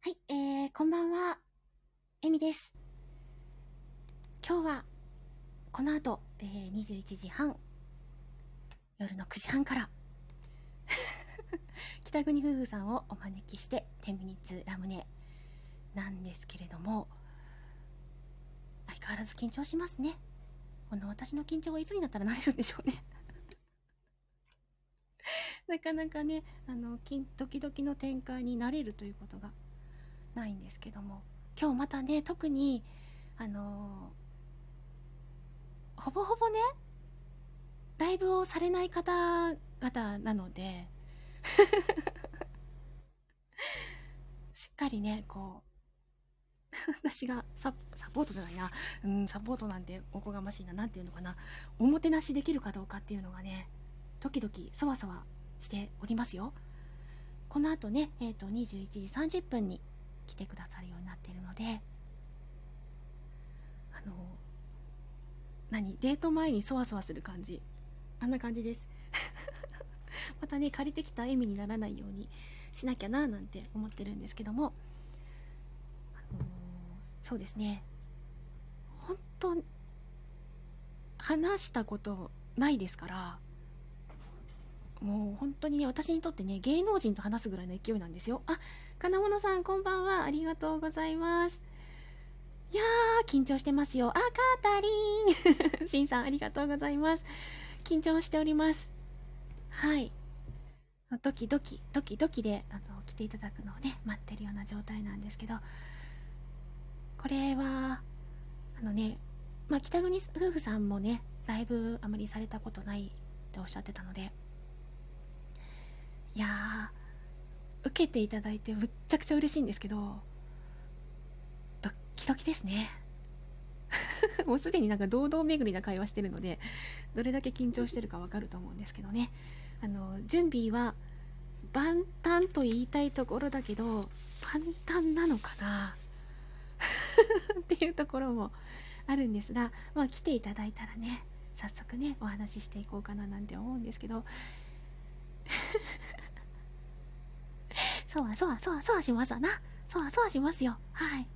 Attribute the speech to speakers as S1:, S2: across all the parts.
S1: はい、えー、こんばんは。えみです。今日は、この後、えー、21時半、夜の9時半から、 北国夫婦さんをお招きして、10ミニッツラムネなんですけれども、相変わらず緊張しますね。この私の緊張はいつになったら慣れるんでしょうね なかなかね、あの、ドキドキの展開になれるということがないんですけども、今日またね、特に、あのー、ほぼほぼね、ライブをされない方々なので しっかりね、こう、 私がサポートじゃないな、うん、サポートなんておこがましいな、なんていうのかな、おもてなしできるかどうかっていうのがね、時々そわそわしておりますよ。この後ね、えっ、ー、と、21時30分に来てくださるようになっているので、あの、何デート前にそわそわする感じ。あんな感じです。 またね、借りてきた笑みにならないようにしなきゃな、なんて思ってるんですけども、そうですね本当話したことないですからもう本当にね私にとってね芸能人と話すぐらいの勢いなんですよ あ金物さんこんばんはありがとうございますいやー緊張してますよあカータリン しんさんありがとうございます緊張しておりますはいドキドキドキドキであの来ていただくのをね待ってるような状態なんですけどこれはあのね、まあ、北国夫婦さんもねライブあまりされたことないっておっしゃってたのでいやー受けていただいてむっちゃくちゃ嬉しいんですけどドッキドキですね もうすでになんか堂々巡りな会話してるのでどれだけ緊張してるかわかると思うんですけどねあの準備は万端と言いたいところだけど万端なのかな っていうところもあるんですが、まあ、来ていただいたらね早速ねお話ししていこうかななんて思うんですけどそうはそうはそうはそうはしますわなそうはそうはしますよはいね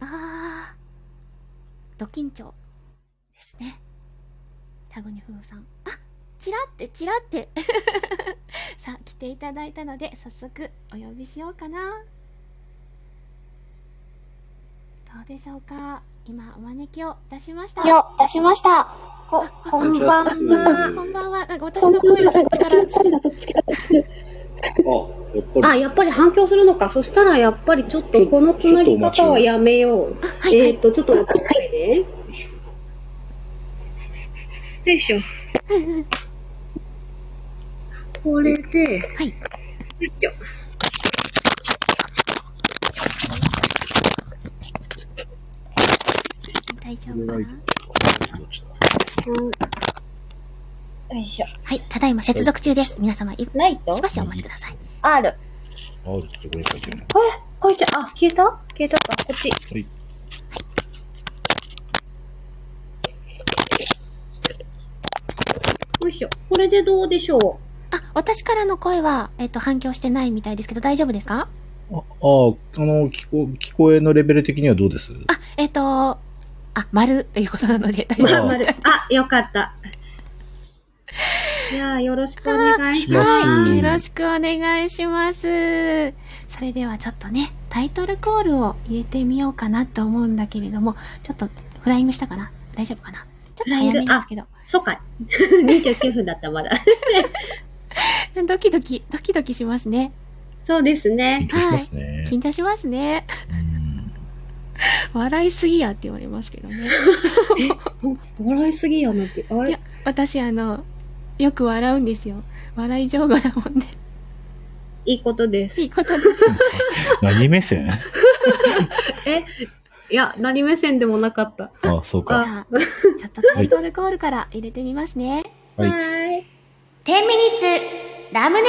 S1: あード緊張ですねタグニフーさんあチラってチラって さあ来ていただいたので早速お呼びしようかなどうでしょうか。今お招きを出しました。
S2: 出しました。こ、こんばんは。
S1: こんばんは。なんか私の声がそっちから。それがそっちから。
S2: あ、やっぱり反響するのか。そしたらやっぱりちょっとこのつなぎ方はやめよう。はい、えっ、ー、と、ちょっと待ってくださいね。よいしょ。これで、はい。よいしょ。
S1: 大丈夫かな、うん、
S2: よいしょ。
S1: はい、ただいま接続中です。皆様、い
S2: ライト
S1: しばしお待ちください。
S2: R。え、
S3: 書い
S2: て、あ、消えた消えたか、こっち。
S3: はい。
S2: よいしょ。これでどうでしょう
S1: あ、私からの声は、えっ、と、反響してないみたいですけど、大丈夫ですか
S3: あ、あ、あの、聞こ、聞こえのレベル的にはどうです
S1: あ、えっ、と、あ、丸ということなので
S2: 大丈夫。丸。あ、よかった。いやよろしくお願いします。
S1: はい、よろしくお願いします。それではちょっとね、タイトルコールを入れてみようかなと思うんだけれども、ちょっとフライングしたかな大丈夫かなちょっと早めですけど。
S2: そうか。29分だったまだ。
S1: ドキドキ、ドキドキしますね。
S2: そうですね。
S3: 緊張しますね。
S1: はい、緊張しますね。笑いすぎやって言われますけどね。
S2: 笑いすぎやなんて、あれ
S1: 私あの、よく笑うんですよ。笑い上手だもんね。
S2: いいことです。
S1: いいことです。
S3: 何目 線
S2: え、いや、何目線でもなかった。
S3: あ、そうか。
S1: ちょっとタイトルコールから入れてみますね。
S2: はい。はい
S1: 10ミニッツラムネ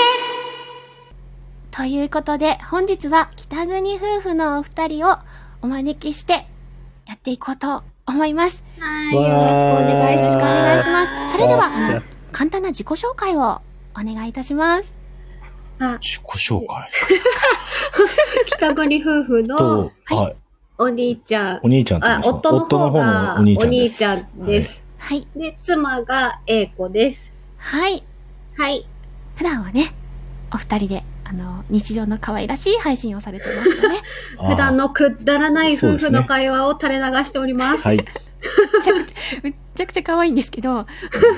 S1: ということで、本日は北国夫婦のお二人をお招きしてやっていこうと思います。
S2: はい。よろしくお願いしま
S1: よ
S2: す。
S1: ろしくお願いします。それでは、簡単な自己紹介をお願いいたします。
S2: あ
S4: 自己紹介
S2: 北国夫婦の
S4: と、はい。
S2: お兄ちゃん
S4: お。兄ちゃんと言い
S2: あ
S4: ま、した
S2: 夫の方が
S4: お
S2: お
S4: 兄ちゃんで
S2: 兄
S4: す。
S2: ちゃんです。
S1: はい
S2: で、妻が A 子です。
S1: はい
S2: はい。
S1: 普段はねお二人であの日常の可愛らしい配信をされていますよね
S4: あー
S2: 普段のくだらない
S4: そう
S2: 夫
S4: です
S2: 婦
S4: ね
S2: の会話を垂れ流しております。
S4: はい。
S1: めちゃくちゃめっちゃくちゃ可愛いんですけど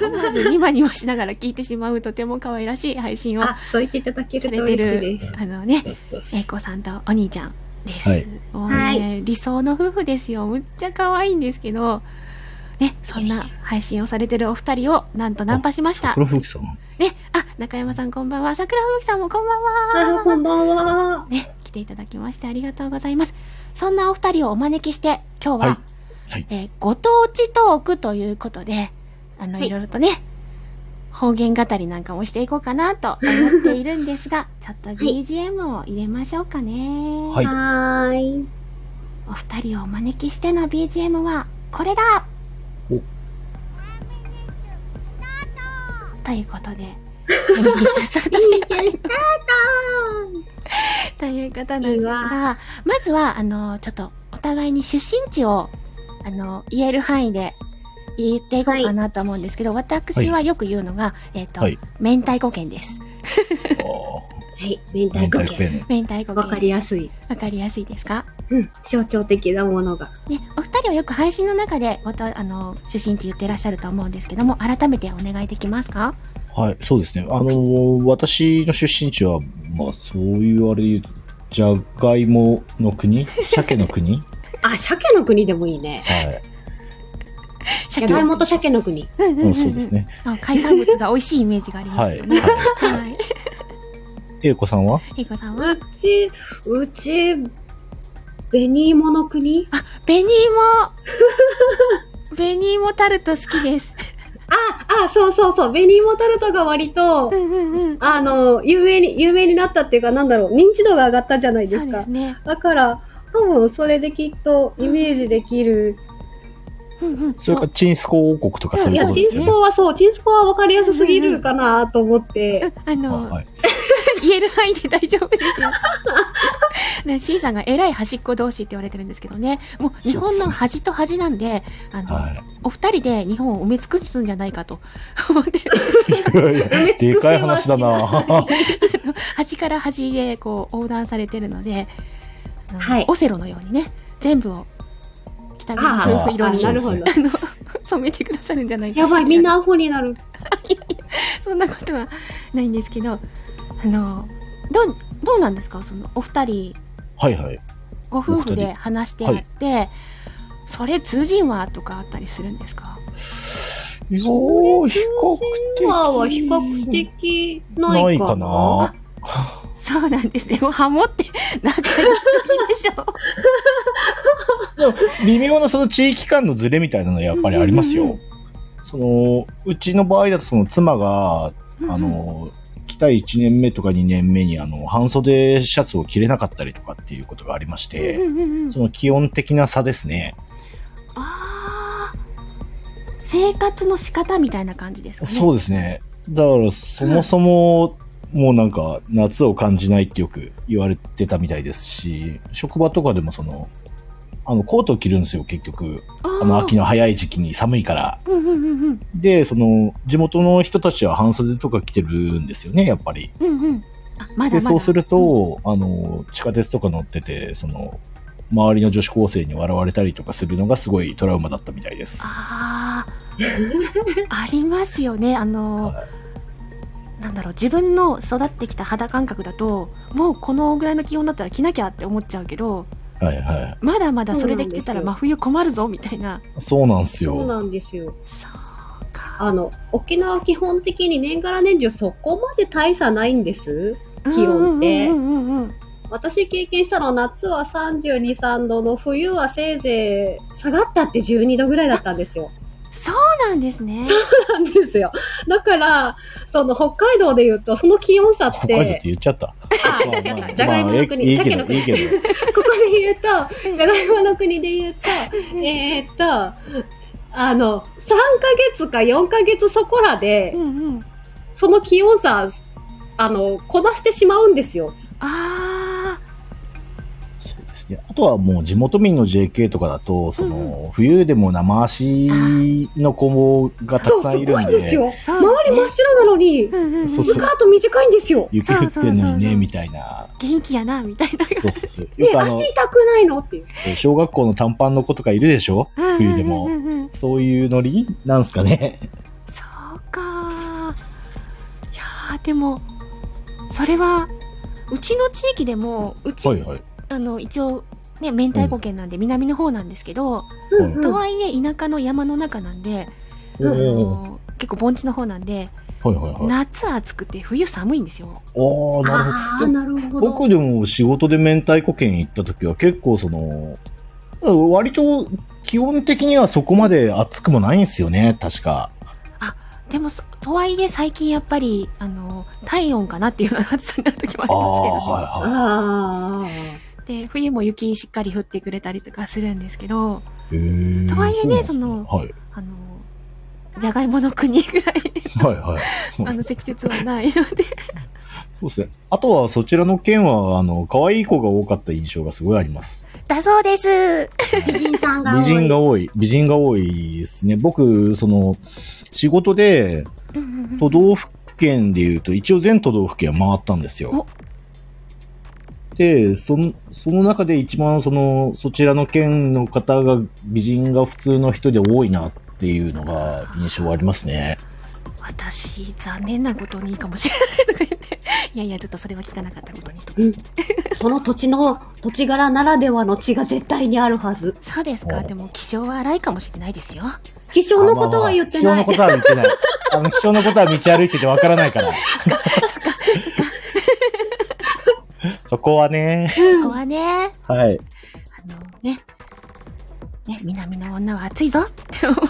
S1: 思わずニマニマしながら聞いてしまうとても可愛らしい配信を
S2: あ、そう言っていただける
S1: さ
S2: と
S1: れて
S2: 嬉しい
S1: る
S2: です。
S1: あのね
S3: です
S1: 英子さんとお兄ちゃんです。
S4: はい
S1: もうね
S2: はい
S1: 理想の夫婦ですよ。むっちゃ可愛いんですけど、ね、そんな配信をされてるお二人をなんとナンパしました。ね、
S4: 黒吹雪さん。
S1: あ、中山さんこんばんは。桜吹雪さんもこんばん
S2: あ、
S1: は。
S2: こんばんは。
S1: ね、来ていただきましてありがとうございます。そんなお二人をお招きして、今日は、
S4: はいはい
S1: えーご当地トークということで、あの、
S2: はい
S1: いろいろとね、方言語りなんかもしていこうかなと思っているんですが、ちょっと BGM を入れましょうかね。
S4: はい
S2: はーい。
S1: お二人をお招きしての BGM はこれだ
S4: お
S1: ということで、ヘミニスタートして
S2: やった
S1: ということなんですが、まずは、あの、ちょっとお互いに出身地を、あの、言える範囲で言っていこうかなと思うんですけど、私はよく言うのが、えっ、と、
S4: はい
S1: 明太子県です。
S4: あー
S2: はい、明
S4: 明
S2: 太子
S4: 太子
S2: 系。
S4: 県。
S1: 明太子県。
S2: わかりやすい。
S1: わかりやすいですか
S2: うん、象徴的なものが。
S1: ね、お二人はよく配信の中でごとあの出身地言ってらっしゃると思うんですけども改めてお願いできますか
S4: はい、そうですね。あのー、私の出身地は、まあ、そういうあれで言うと、じゃがいもの 国鮭の国は
S2: あ、鮭の国でもいいね。
S4: い。
S1: じ
S2: じゃがいもと鮭の国。
S1: うんうん
S4: うんん、そうですね。
S1: あ海産物が美味しいイメージがありま
S4: は
S1: す
S4: い。
S1: よね。
S4: はい。
S1: はい。
S4: 英子さんは
S1: 英子さんは、
S2: うち、うち、紅芋の国
S1: あ、紅芋紅芋タルト好きです。
S2: あ、あ、そうそうそう、紅芋タルトが割と
S1: う、んうんうん。
S2: あの、有名に、有名になったっていうか、なんだろう、認知度が上がったじゃないで
S1: そ
S2: す
S1: う
S2: か。
S1: ですね。
S2: だから、多分それできっとイメージできる。
S1: うんうん。
S4: それから、チンスコ王国とかそう
S2: い
S4: いうこ
S2: や、
S4: と
S2: チン
S4: です
S2: ス
S4: よね。
S2: コはそう、チンスコは分かりやすすぎるかなと思って。
S1: うん、あの、
S4: はいはい。
S1: 言える範囲で大丈夫ですよ。 ね、C さんが偉い端っこ同士って言われてるんですけどね。もう日本の端と端なんで、あの、
S4: はい。
S1: お二人で日本を埋め尽くすんじゃないかと思って、
S4: いやいやでかい 話だな
S1: 端から端でこう横断されてるので、あの
S2: はい
S1: オセロのようにね、全部を北国
S2: あ
S1: 夫婦色
S2: あ、
S1: に
S2: な
S1: あ
S2: るほど。
S1: の染めてくださるんじゃないか
S2: やばい、みんなアホになる。
S1: そんなことはないんですけど、あの、どう、どうなんですかそのお二人、
S4: はいはい。
S1: ご夫婦で話してあって、それ通じんわとかあったりするんですか
S4: いやー、比較的。
S2: 今は比較的な
S4: ないい
S2: か
S4: か
S2: な。
S4: な
S1: そうなんですね。もうハモって仲良すぎでしょ。
S4: でも微妙なその地域間のズレみたいなのはやっぱりありますよ。
S1: うんうん
S4: その、うちの場合だとその妻が、 あの、来た1年目とか2年目にあの、半袖シャツを着れなかったりとかっていうことがありまし
S1: うん
S4: て、
S1: うんうんうん
S4: その気温的な差ですね。
S1: ああ生活の仕方みたいな感じですかね
S4: そう
S1: う
S4: ですね。だから、そもそも、もうなんか、夏を感じないってよく言われてたみたいですし、職場とかでもその、あの、コートを着るんですよ、結局。あの、秋の早い時期に寒いから。
S1: うんうんうんうん
S4: で、その、地元の人たちは半袖とか着てるんですよね、やっぱり。
S1: うんうんあまだまだ
S4: で、そうすると、あの、地下鉄とか乗ってて、その、周りの女子高生に笑われたりとかするのがすごいトラウマだったみたいです。
S1: あーありますよねあの、
S4: は
S1: なんだろう自分の育ってきた肌感覚だともうこのぐらいの気温だったら着なきゃって思っちゃうけど
S4: はいは。
S1: まだまだそれで着てたら
S2: そうな
S1: 真
S2: ん
S1: 冬困るぞみたいない
S4: そうなんですよ。
S2: そうなんですよ。
S1: そう
S2: あ
S1: か
S2: の、沖縄基本的に年がら年中そこまで大差ないんです。気温って
S1: うんうんうんうんうん
S2: 私経験したのは夏は32、3度の冬はせいぜい下がったって12度ぐらいだったんですよ。
S1: そうなんですね
S2: なんですよ。だから、その北海道で言うと、その気温差っ
S4: 北海道って
S2: て、
S4: 言っちゃった。
S2: あ
S4: まあまあ
S2: じゃがいもの国
S4: まあ
S2: 鮭の国
S4: いいけど、いいけど。
S2: ここで言うと、じゃがいもの国で言うと、えーっと、あの、3ヶ月か4ヶ月そこらで
S1: う、んうん
S2: その気温差、あの、こなしてしまうんですよ。
S1: あ
S4: そうですね。あとはもう地元民の JK とかだと、その、冬でも生足の子もがた
S2: そ
S4: く
S2: う、す
S4: さ
S2: ご
S4: んいる
S2: い
S4: ん
S2: んです
S4: で、
S2: よ。
S1: そうですね
S2: 周り真っ白なのに、
S1: あ、うんうんうん
S4: そう
S2: スカート短いんですよ。
S4: 雪降ってん
S1: そうそ
S4: の
S1: う
S4: に
S1: そうそ
S4: ね、
S1: う
S4: みたいな。
S1: 元気やなみたいな
S4: そうそうそう。よ
S2: ね、
S4: くあの
S2: 足、痛くないのっていう。
S4: 小学校の短パンの子とかいるでしょ冬でも
S1: うんうんうんうん
S4: そういうノリなんすかね。
S1: そうかいやーでもそれはうちの地域でもうち、
S4: はいはい。
S1: あの一応ね明太子県なんで南の方なんですけど、
S2: うんうん。
S1: とはいえ田舎の山の中なんで、
S4: お
S1: あ
S4: お
S1: の結構盆地の方なんで、
S4: はいはいはい。
S1: 夏暑くて冬寒いんですよ
S4: おー、なるほど。
S2: ああ、なるほど。
S4: 僕でも仕事で明太子県行った時は結構その、割と基本的にはそこまで暑くもないんですよね、確か。
S1: でもそとはいえ最近やっぱりあの体温かなっていうような暑さになる時もあ
S4: あ
S1: りますけ
S4: あ、
S1: ど
S4: はいはい。
S2: あ
S1: で冬も雪しっかり降ってくれたりとかするんですけど
S4: へー
S1: とはいえね
S4: そ
S1: そうの
S4: はい。
S1: あのじゃがいもの国ぐらい
S4: はいはい。
S1: あの積雪はないので
S4: そうですね。あとはそちらの県は、あの、可愛い子が多かった印象がすごいあります。
S1: だそうです
S2: あ、美人さんが多い。
S4: 美人が多い。美人が多いですね。僕、その、仕事で、都道府県で言うと、一応全都道府県回ったんですよ。で、その、その中で一番その、そちらの県の方が美人が普通の人で多いなっていうのが印象はありますね。
S1: 私残念なことにいいかもしれないとか言っていやいやちょっとそれは聞かなかったことにしとく
S2: その土地の土地柄ならではの血が絶対にあるはず。
S1: そうです
S4: お
S1: かでも気性は荒いかもしれないですよ
S2: 気象のことは言ってな
S4: あ
S2: い。
S4: まあまあ気象のことは言ってない。あの、気象のことは道歩いててわからないから。 そこはね、
S1: ここはね
S4: はい。
S1: あのねね南の女は暑いぞって思う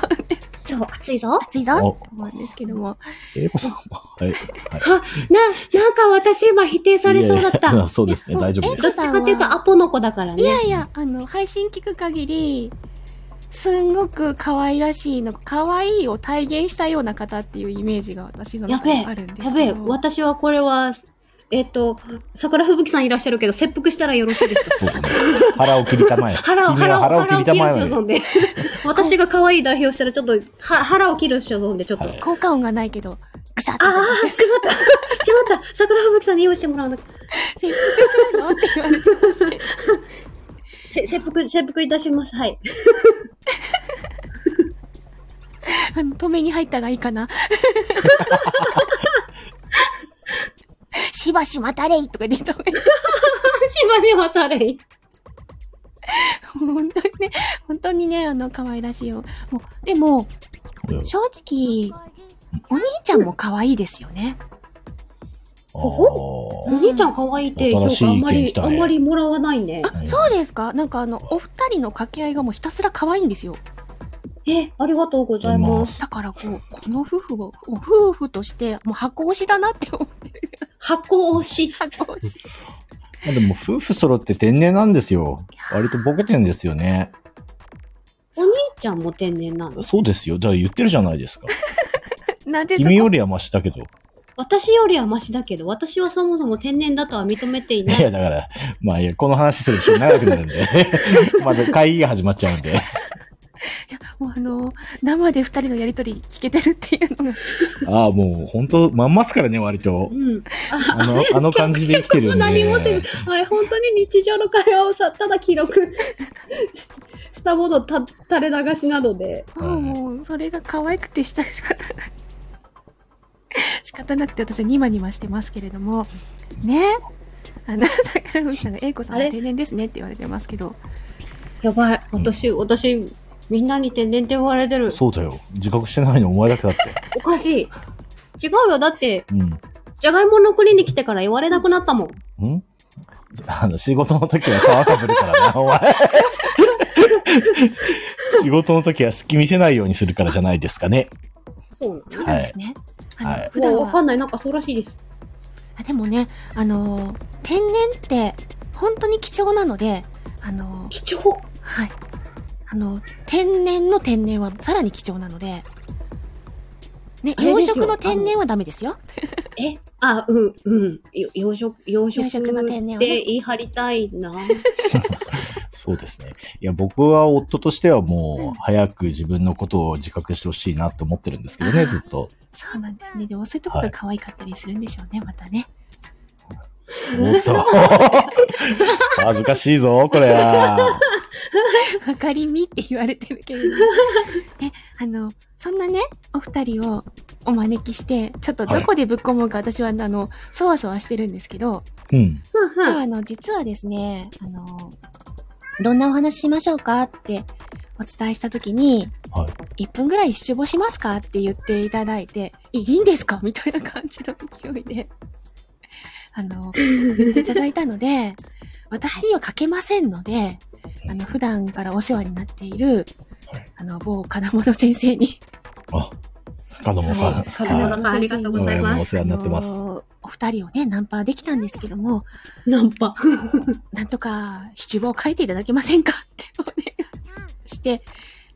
S2: そう、暑いぞ。
S1: 暑いぞ
S4: お
S1: って思うんですけども
S4: 英子さんは、はい。はい
S2: な、なんか私今否定されそうだった。
S4: いやい
S2: ど
S4: や
S2: っ
S4: そうですね、
S1: いや
S4: 大丈夫で
S1: え
S4: す。
S2: ちかっていうとアポの子だから
S1: い
S2: ね。
S1: やいやあの配信聞く限りすんごく可愛らしいの可愛いを体現したような方っていうイメージが私の
S2: や
S1: 中
S2: べえ
S1: にあるんで、
S2: や
S1: す
S2: べ
S1: け
S2: え、
S1: ど
S2: 私はこれは、えっ、と、桜吹雪さんいらっしゃるけど、切腹したらよろしいですか
S4: そうだね腹を切りたまえ。
S2: 腹を、
S4: 君は
S2: 腹を、
S4: 腹を切りたま
S2: 腹を切る所
S4: え。
S2: 存 で。私が可愛い代表したら、ちょっと、は腹を切る所存で、ちょっと。
S4: はい
S1: 効果音がないけどグサッと
S2: ああ、しまったしまった桜吹雪さんに用意してもらうんだ。
S1: 切腹するの って言われてますけど
S2: せ切腹、切腹いたします。はい。
S1: あの止めに入ったがいいかなしばし待たれいとか言ってた方がいい
S2: しばしばたれい。
S1: 本当にね本当にねあの可愛らしいよもうでも正直お兄ちゃんも可愛いですよね
S4: あ
S2: お兄ちゃん可愛いって評価あんまり、あんまりもらわないね。
S1: あそうですかなんかあのお二人の掛け合いがもうひたすら可愛いんですよ
S2: え、ありがとうございます。
S1: だからこうこの夫婦を夫婦としてもう箱推しだなって思う
S2: 箱押し。
S1: 箱推し
S4: ーでも夫婦揃って天然なんですよ。割とボケてんですよね。
S2: お兄ちゃんも天然なの
S4: そうですよ。だから言ってるじゃない ですか。
S1: なんでそこ
S4: 君よりはマシだけど。
S2: 私よりはマシだけど、私はそもそも天然だとは認めていないい。
S4: や、だから、まあいや、この話すると長くなるんで。 まず会議が始まっちゃうんで。
S1: いやもうあの生で二人のやりとり聞けてるっていうのが
S4: ああ、もう本当まんますからね、割と。
S2: うん。
S4: あの、あの感じで生き てるん
S2: 何もせず
S4: で。、
S2: あれ本当に日常の会話をさ、ただ記録 したものた垂れ流しなので。
S1: もうもうそれが可愛くてした仕方ない 仕方なくて私はニマニマしてますけれどもねあの桜吹さんが英子さん
S2: あ
S1: は
S2: れ
S1: 定年ですねって言われてますけど
S2: やばい。私、私、みんなに天然って言われてる。
S4: そうだよ。自覚してないのお前だけだって。
S2: おかしい。違うよ。だって、
S4: うん。
S2: じゃがいもの国に来てから言われなくなったもん。
S4: んあの、仕事の時は皮かぶるからな、お前。仕事の時は隙見せないようにするからじゃないですかね。
S2: そうな
S1: そうなんですね、
S4: は
S1: あ
S4: い
S1: の
S4: はい
S1: 普段
S2: わか
S1: は
S2: んない。なんかそうらしいです。
S1: あでもねあの天然って本当に貴重なのであの
S2: 貴重。
S1: はいあの天然の天然はさらに貴重なのでね
S2: あれ
S1: 養
S2: ですよ
S1: 殖の天然はダメですよ
S2: え、あ、うん、うん。よ養殖、養殖
S1: 養殖の天然をね
S2: って言い張りたい な。
S4: そうですね。いや、僕は夫としてはもう、早く自分のことを自覚してほしいなと思ってるんですけ どね、ずっと。
S1: そうなんですね。でもそういうとこが可愛かったりするんでしょうね、またね。
S4: おっと。恥ずかしいぞ、これは。
S1: わかりみって言われてるけ れども。ね、あの、そんなね、お二人をお招きして、ちょっとどこでぶっ込もうか私は、あの、そわそわしてるんですけど、
S4: うん。
S1: 今日
S2: は
S1: あの、実はですね、あの、どんなお話ししましょうかってお伝えしたときに、
S4: は
S1: 1分ぐらい出没しますかって言っていただいて、いいいんですかみたいな感じの勢いで、あの、言っていただいたので、私には書けませんので、あの、普段からお世話になっている
S4: はい、
S1: あの、某金物先生に、
S4: あ、カノモさん。
S1: はい
S2: 金物さん
S4: は
S2: ありがとうございま
S4: お世話になってます
S1: あのお二人をね、ナンパできたんですけども、
S2: い。ナンパ。
S1: なんとか、七望を書いていただけませんかってお願いして、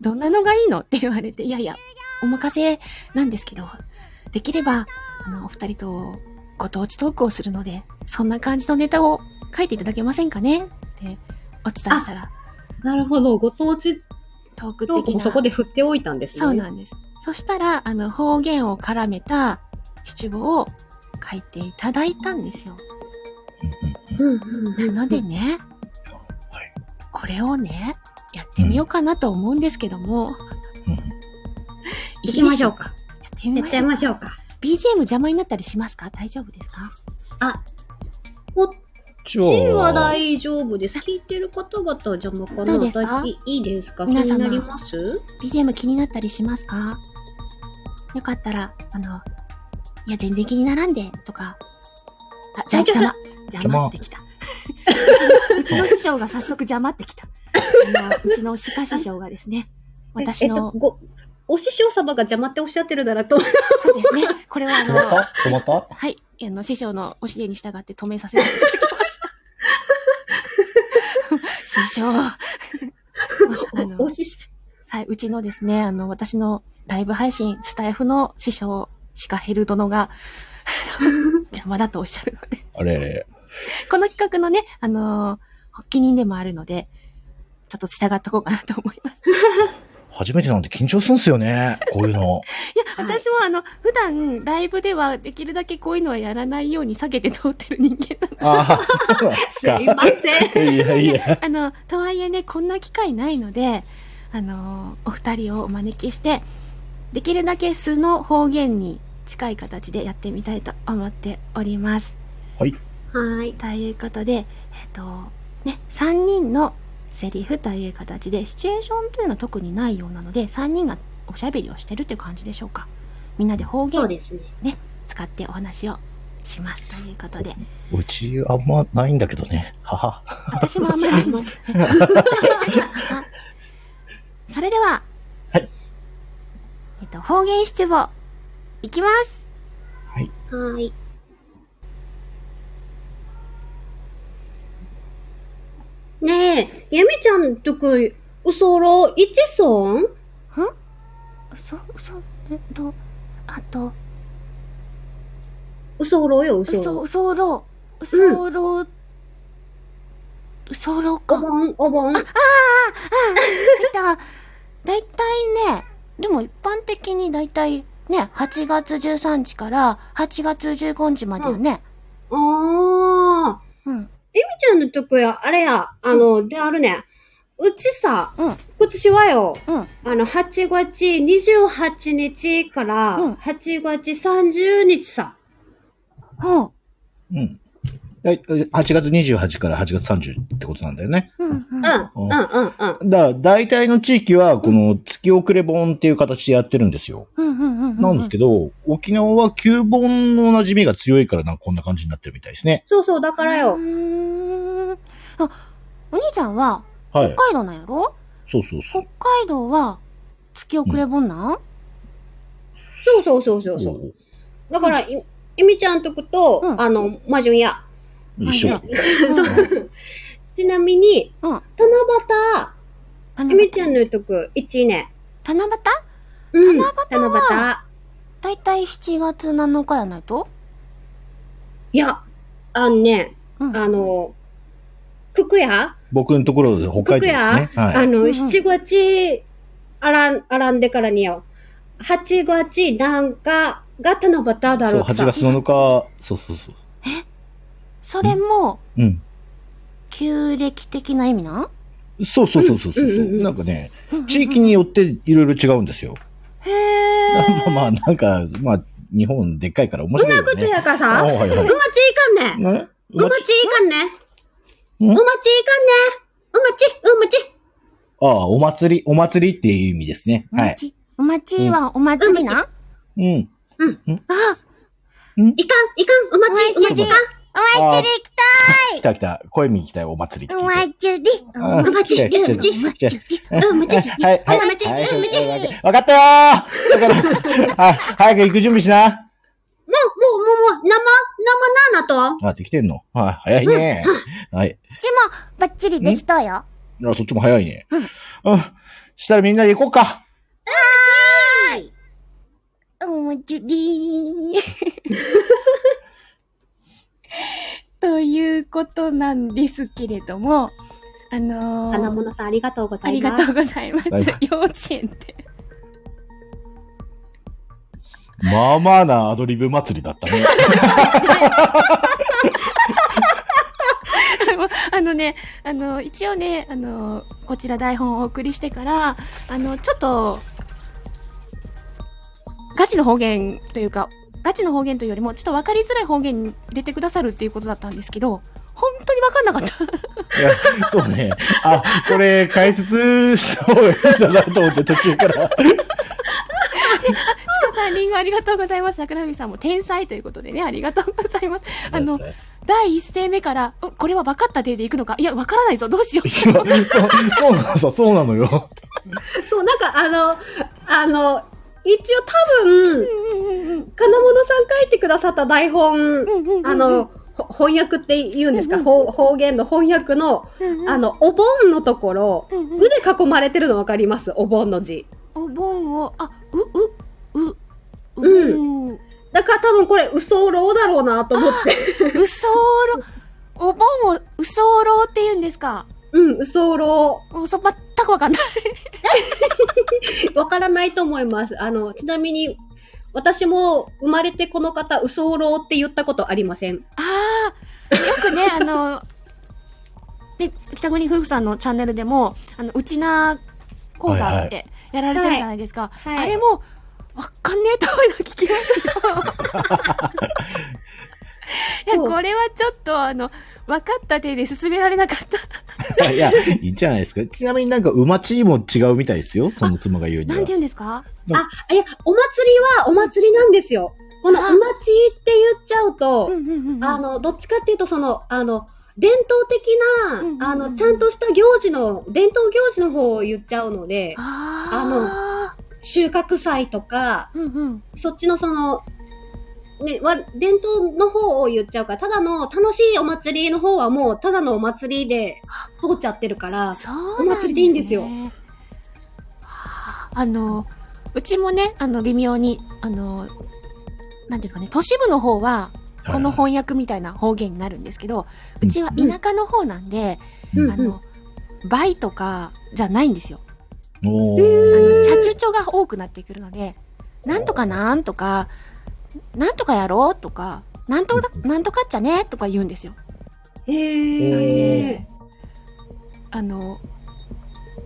S1: どんなのがいいのって言われて、いやいや、お任せなんですけど、できれば、あの、お二人とご当地トークをするので、そんな感じのネタを書いていただけませんかねってお伝えしたら、
S2: なるほど。ご当地
S1: トーク
S2: トーク
S1: 的
S2: も
S1: な。
S2: そこで振っておいたんですね。
S1: そうなんです。そしたら、あの、方言を絡めた七望を書いていただいたんですよ。
S2: うんうんうん
S1: なのでね、
S4: はい
S1: これをね、やってみようかなと思うんですけども、
S4: うん
S1: いいで
S2: 行きましょうか。
S1: やってみ
S2: 行っ
S1: ま
S2: ちゃ
S1: し
S2: い
S1: ょう。
S2: ましょうか。
S1: BGM 邪魔になったりしますか大丈夫ですか
S2: あ、こっ
S4: じ
S2: ちは
S4: ゃあ、
S2: 大丈夫です。聞いてる方々邪魔かな
S1: どうですか
S2: 私いいですか気
S1: 皆
S2: に
S1: 様
S2: なります
S1: ?BGM 気になったりしますかよかったら、あの、いや、全然気にならんで、とか。あ、じゃ、
S2: 大丈夫
S1: 邪魔。邪魔ってきた。うちのうちの師匠が早速邪魔ってきた。 あのうちの鹿師匠がですね、私
S2: ええっ
S1: の
S2: と、、ご、お師匠様が邪魔っておっしゃってるならと。
S1: そうですね、これはあ
S4: 止ま
S1: の、
S4: った止まった
S1: はい。あの、師匠のお指令に従って止めさせていただきました。師匠。まあの
S2: お師匠。
S1: はい。うちのですね、あの、私のライブ配信、スタイフの師匠、シカヘル殿 が、邪魔だとおっしゃるので。
S4: あれれ。
S1: この企画のね、あの発起人でもあるので、ちょっと従っとこうかなと思います。
S4: 初めてなんて緊張するんすよね。こういう の。
S1: いや、
S2: はい
S1: 私もあの、普段、ライブではできるだけこういうのはやらないように避けて通ってる人間なので
S4: ああ、そうなんです
S2: すいま
S4: か。
S2: せん。
S4: いやいや。
S1: あの、とはいえね、こんな機会ないので、あの、お二人をお招きして、できるだけ素の方言に近い形でやってみたいと思っております。
S2: はい。
S1: ということで、えっと、ね、3人のセリフという形で、シチュエーションというのは特にないようなので、3人がおしゃべりをしてるっていう感じでしょうか。みんなで方言
S2: そう
S1: を
S2: ですね。
S1: 使ってお話をしますということで、
S4: うちあんまないんだけどね。はは。
S1: 私もあんまりないんですけどね。 それでは、
S4: はい
S1: えっと、方言七五、いきます
S2: はい。ねえ、やみちゃんとく、うそろいちそん
S1: 嘘嘘えっと、あと、
S2: うそろよ、うそ
S1: 嘘、
S2: ろ。
S1: 嘘ろう、嘘ろう、嘘ろうか。え
S2: お
S1: っ
S2: 盆、お盆。
S1: と、だいたいね、でも一般的にだいたいね、8月13日から8月15日までよね。
S2: ああ。
S1: うん。
S2: えみちゃんのとこや、あれや、あの、であるね。うちさ、
S1: うん
S2: 今年はよ、
S1: うん
S2: あの、8月28日か
S1: うん
S2: ら、8月30日さ。
S1: ほ
S4: うん。はい8月28から8月30ってことなんだよね。
S1: う。うん、う。
S2: うんん、うん、うん、うん。
S4: だ、大体の地域は、この月遅れ盆っていう形でやってるんですよ。
S1: うん、うん、うん。
S4: なんですけど、沖縄は旧盆の馴染みが強いからなんかこんな感じになってるみたいですね。
S2: そうそう、だから
S1: う
S2: よ。
S1: ーんあ、お兄ちゃんは
S4: はい。
S1: 北海道なんやろ
S4: そうそうそ
S1: 北
S4: う。
S1: 海道は月遅れぼんなん、
S2: そうそうそうそうそう。だから、いゆみちゃんとこと、
S1: うん
S2: あの、魔女や。
S4: 一緒だね。
S1: そう
S2: ちなみに、
S1: うん。
S2: 七夕、
S1: 七
S2: ゆみちゃ
S1: 夕
S2: んのとく、1ね。
S1: 七夕
S2: うん。
S1: 七夕は
S2: 七
S1: だいたい7月7日やないと
S2: いや、あのね、
S1: うん
S2: あの、くくや、
S4: 僕のところで北海道ですね。は
S2: あ
S4: い。
S1: うんう
S2: の、
S1: ん
S2: 七五八、あらん、あらんでからによ。八五八なんかが七夕だ
S4: そう
S2: ろう
S4: 8
S2: さ。
S4: 月7日、そうそうそう。
S1: それも
S4: うん。
S1: 旧暦的な意味なん
S4: そうそうそうそうそう。
S2: うんうんうんうん
S4: なんかね、
S1: うんうんうん
S4: 地域によっていろいろ違うんですよ。
S1: へえ
S4: まあまあ、なんか、まあ、日本でっかいから面
S2: う
S4: 白い
S2: ま
S4: よ
S2: くと
S4: ね。
S2: やか
S4: あ
S2: さ、うまち
S4: はいはいい
S2: かんね。
S4: ね
S2: うまちいかんね。うんまちいかんね。うまち、うまち。
S4: ああ、お祭り、お祭りっていう意味ですね。
S1: お
S4: はい。
S1: 待ち、お待ちはお祭りなん、
S4: うん。
S1: あ
S2: いかん、いかん、うまち、うまちいかん。
S1: お祭り来
S4: 来た来た。声見に来たよ、お祭り。
S1: たお祭り
S4: あ
S2: お祭り
S4: 来
S2: う
S4: た来
S2: ん
S4: た来た来
S2: うん、うま
S4: た。
S2: ち。
S4: はい、はい、
S2: お
S4: は
S2: 祭りうん
S4: いはい。わかったよーだ から、はい、早く行く準備しな。
S2: もう、もう、もう、もう、生、生なあなと。
S4: あ、できてんのはい、早いね。はい。
S5: ばっちりできたよ。
S4: あ、そっちも早いね。うん。したらみんなで行こうか。
S5: おもちりー。
S1: ということなんですけれども、あのー
S2: 花物さん、ありがとうござ
S1: あ
S2: い
S1: りが
S2: ます。
S1: とうございます
S4: だいぶ。
S1: 幼稚園って。
S4: まあまあなアドリブ祭りだったね。
S1: あのね、あの、一応ね、あの、こちら台本をお送りしてから、あの、ちょっと、ガチの方言というか、ガチの方言というよりも、ちょっと分かりづらい方言入れてくださるっていうことだったんですけど、本当に分かんなかった。
S4: いやそうね。あ、これ解説した方がいいんだなと思って途中から。
S1: シカさん、リンゴありがとうございます。桜海さんも天才ということでね、ありがとうございます。 あの、第一声目から、うんこれは分かった手でいくのかいや、分からないぞ。どうしよう。
S4: 今そう、そうなのさ、そうなのよ。
S2: そう、なんか、あの、あの、一応多分、金物さん書いてくださった台本、あの、ほ翻訳って言うんですか、ほう方言の翻訳の、あの、お盆のところ、
S1: うんうん
S2: うで囲まれてるのわかりますお盆の字。
S1: お盆を、あ、う、う、う、う、
S2: うだから多分これ、うそろうだろうなと思って。
S1: うそろ、お盆をうそろって言うんですか
S2: うん、うそろ
S1: もうそ、全くわかんない。
S2: う。わからないと思います。あの、ちなみに、私も生まれてこの方、うそろうって言ったことありません。
S1: ああ、よくね、あの、で、北国夫婦さんのチャンネルでも、あの、うちな講座ってやられてるじゃないですか。
S2: はいはい
S1: あれも、わかんねえと思いな聞きますけど。いや、これはちょっと、あの、分かった手で進められなかった。
S4: いや、いいんじゃないですか。ちなみになんか馬チも違うみたいですよ。その妻が言うに
S1: な
S4: は
S1: んて。言うんですか
S2: あ、いや、お祭りはお祭りなんですよ。この、
S1: あ
S2: お祭りって言っちゃうと、
S1: うんうんうんうん。
S2: あの、どっちかっていうと、その、あの、伝統的な、
S1: うんうんうん
S2: あの、ちゃんとした行事の、伝統行事の方を言っちゃうので、
S1: あ
S2: 収穫祭とか、
S1: の、うんうん。
S2: そっちのその、ね、わ伝統の方を言っちゃうから、ただの楽しいお祭りの方はもう、ただのお祭りで通っちゃってるから、
S1: そうなんです、ね、
S2: お祭りでいいんですよ
S1: はああのうちもねあの微妙にあのなんていうんですかね都市部の方はこの翻訳みたいな方言になるんですけど、うちは田舎の方なんで、
S2: うん
S1: あの倍とかじゃないんですよ。あ
S4: お
S1: の
S4: ー
S1: 茶中調が多くなってくるので、なんとかなんとか、なんとかやろうとか、なんとか、なんとかっちゃねとか言うんですよ。
S2: へー。
S1: あの、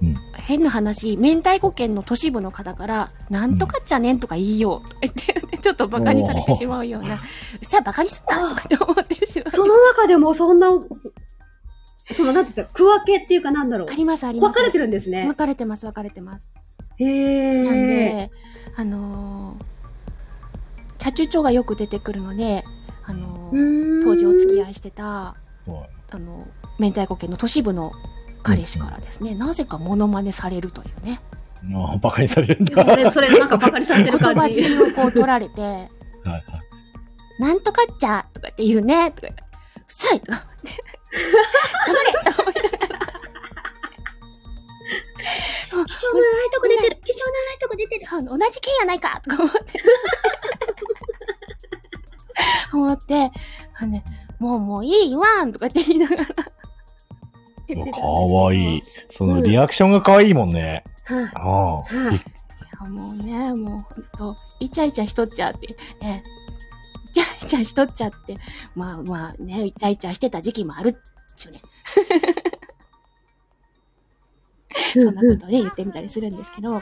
S4: うん
S1: 変な話、明太子県の都市部の方から、なんとかっちゃねんとか言いようとか 言って、ちょっとバカにされてしまうような、さあバカにすんなとかって思ってしま う。
S2: その中でもそんな、その、なんていうんですか、区分けっていうかなんだろう
S1: あ。りますありま
S2: 分
S1: す。
S2: かれてるんですね
S1: 分。かれてます、分かれてます。
S2: へー。
S1: なんで、あのー、茶中長がよく出てくるので、あのー当時お付き
S2: い。
S1: 合いしてた、
S4: はい
S1: あの、明太子県の都市部の彼氏からですね、なぜかモノマネされるというね。
S4: あーバカにされるんだ。
S2: それ、それ、なんかバカにされて
S1: 言
S2: る
S1: 葉
S2: 感じ。
S1: 尻をこう取られ て、
S4: はいはい
S1: なんとかっちゃとかって言うねとか言う。うっさいとか 言って。頑張れとか思いながら。
S2: 気性の荒いとこ出てる。気性の荒いとこ出てる。
S1: そう、同じ県やないかとか思って。思って、ああのね、もうもういいわんとかって言いながら言ってたんですけど。
S4: かわい
S1: い
S4: い。そのリアクションがかわいいもんね。
S2: はい
S4: ああ。
S2: はい
S1: やもうね、もうほんと、イチャイチャしとっちゃって、ええ、イチャイチャしとっちゃって、まあまあね、イチャイチャしてた時期もあるっちゅうね。そんなことで言ってみたりするんですけど、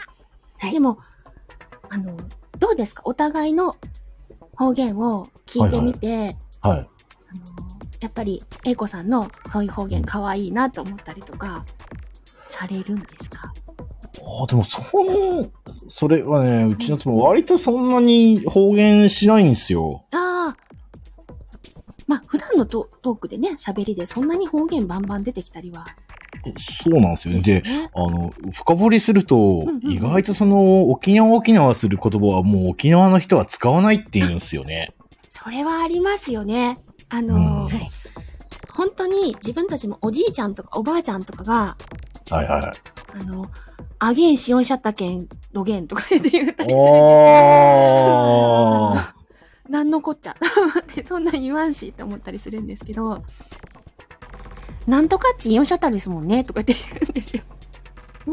S2: い
S1: でも、あの、どうですかお互いの方言を聞いてみて、
S4: は
S1: あ
S4: い。
S1: のやっぱり、英子さんのそういう方言可愛いなと思ったりとか、されるんですか
S4: ああ、でも、その、それはね、うちの妻、割とそんなに方言しないんですよ。
S1: ああ。まあ、普段のトトークでね、喋りでそんなに方言バンバン出てきたりは。
S4: そうなんですよ。
S1: ですよ
S4: で、
S1: ね。
S4: あの、深掘りすると
S1: んうん、うん
S4: 意外とその、沖縄沖縄する言葉はもう沖縄の人は使わないって言うんですよね。
S1: それはありますよね。あのー
S4: うん
S1: 本当に自分たちもおじいちゃんとかおばあちゃんとかが、
S4: はい はいはい。
S1: あの、あげんしおんしゃったけん、どげんとか言って言ったりするんですけど
S4: おー。
S1: なんのこっちゃ ってそんなん言わんしって思ったりするんですけど、なんとかっち4シャッターですもんねとかって言うんですよ。
S4: お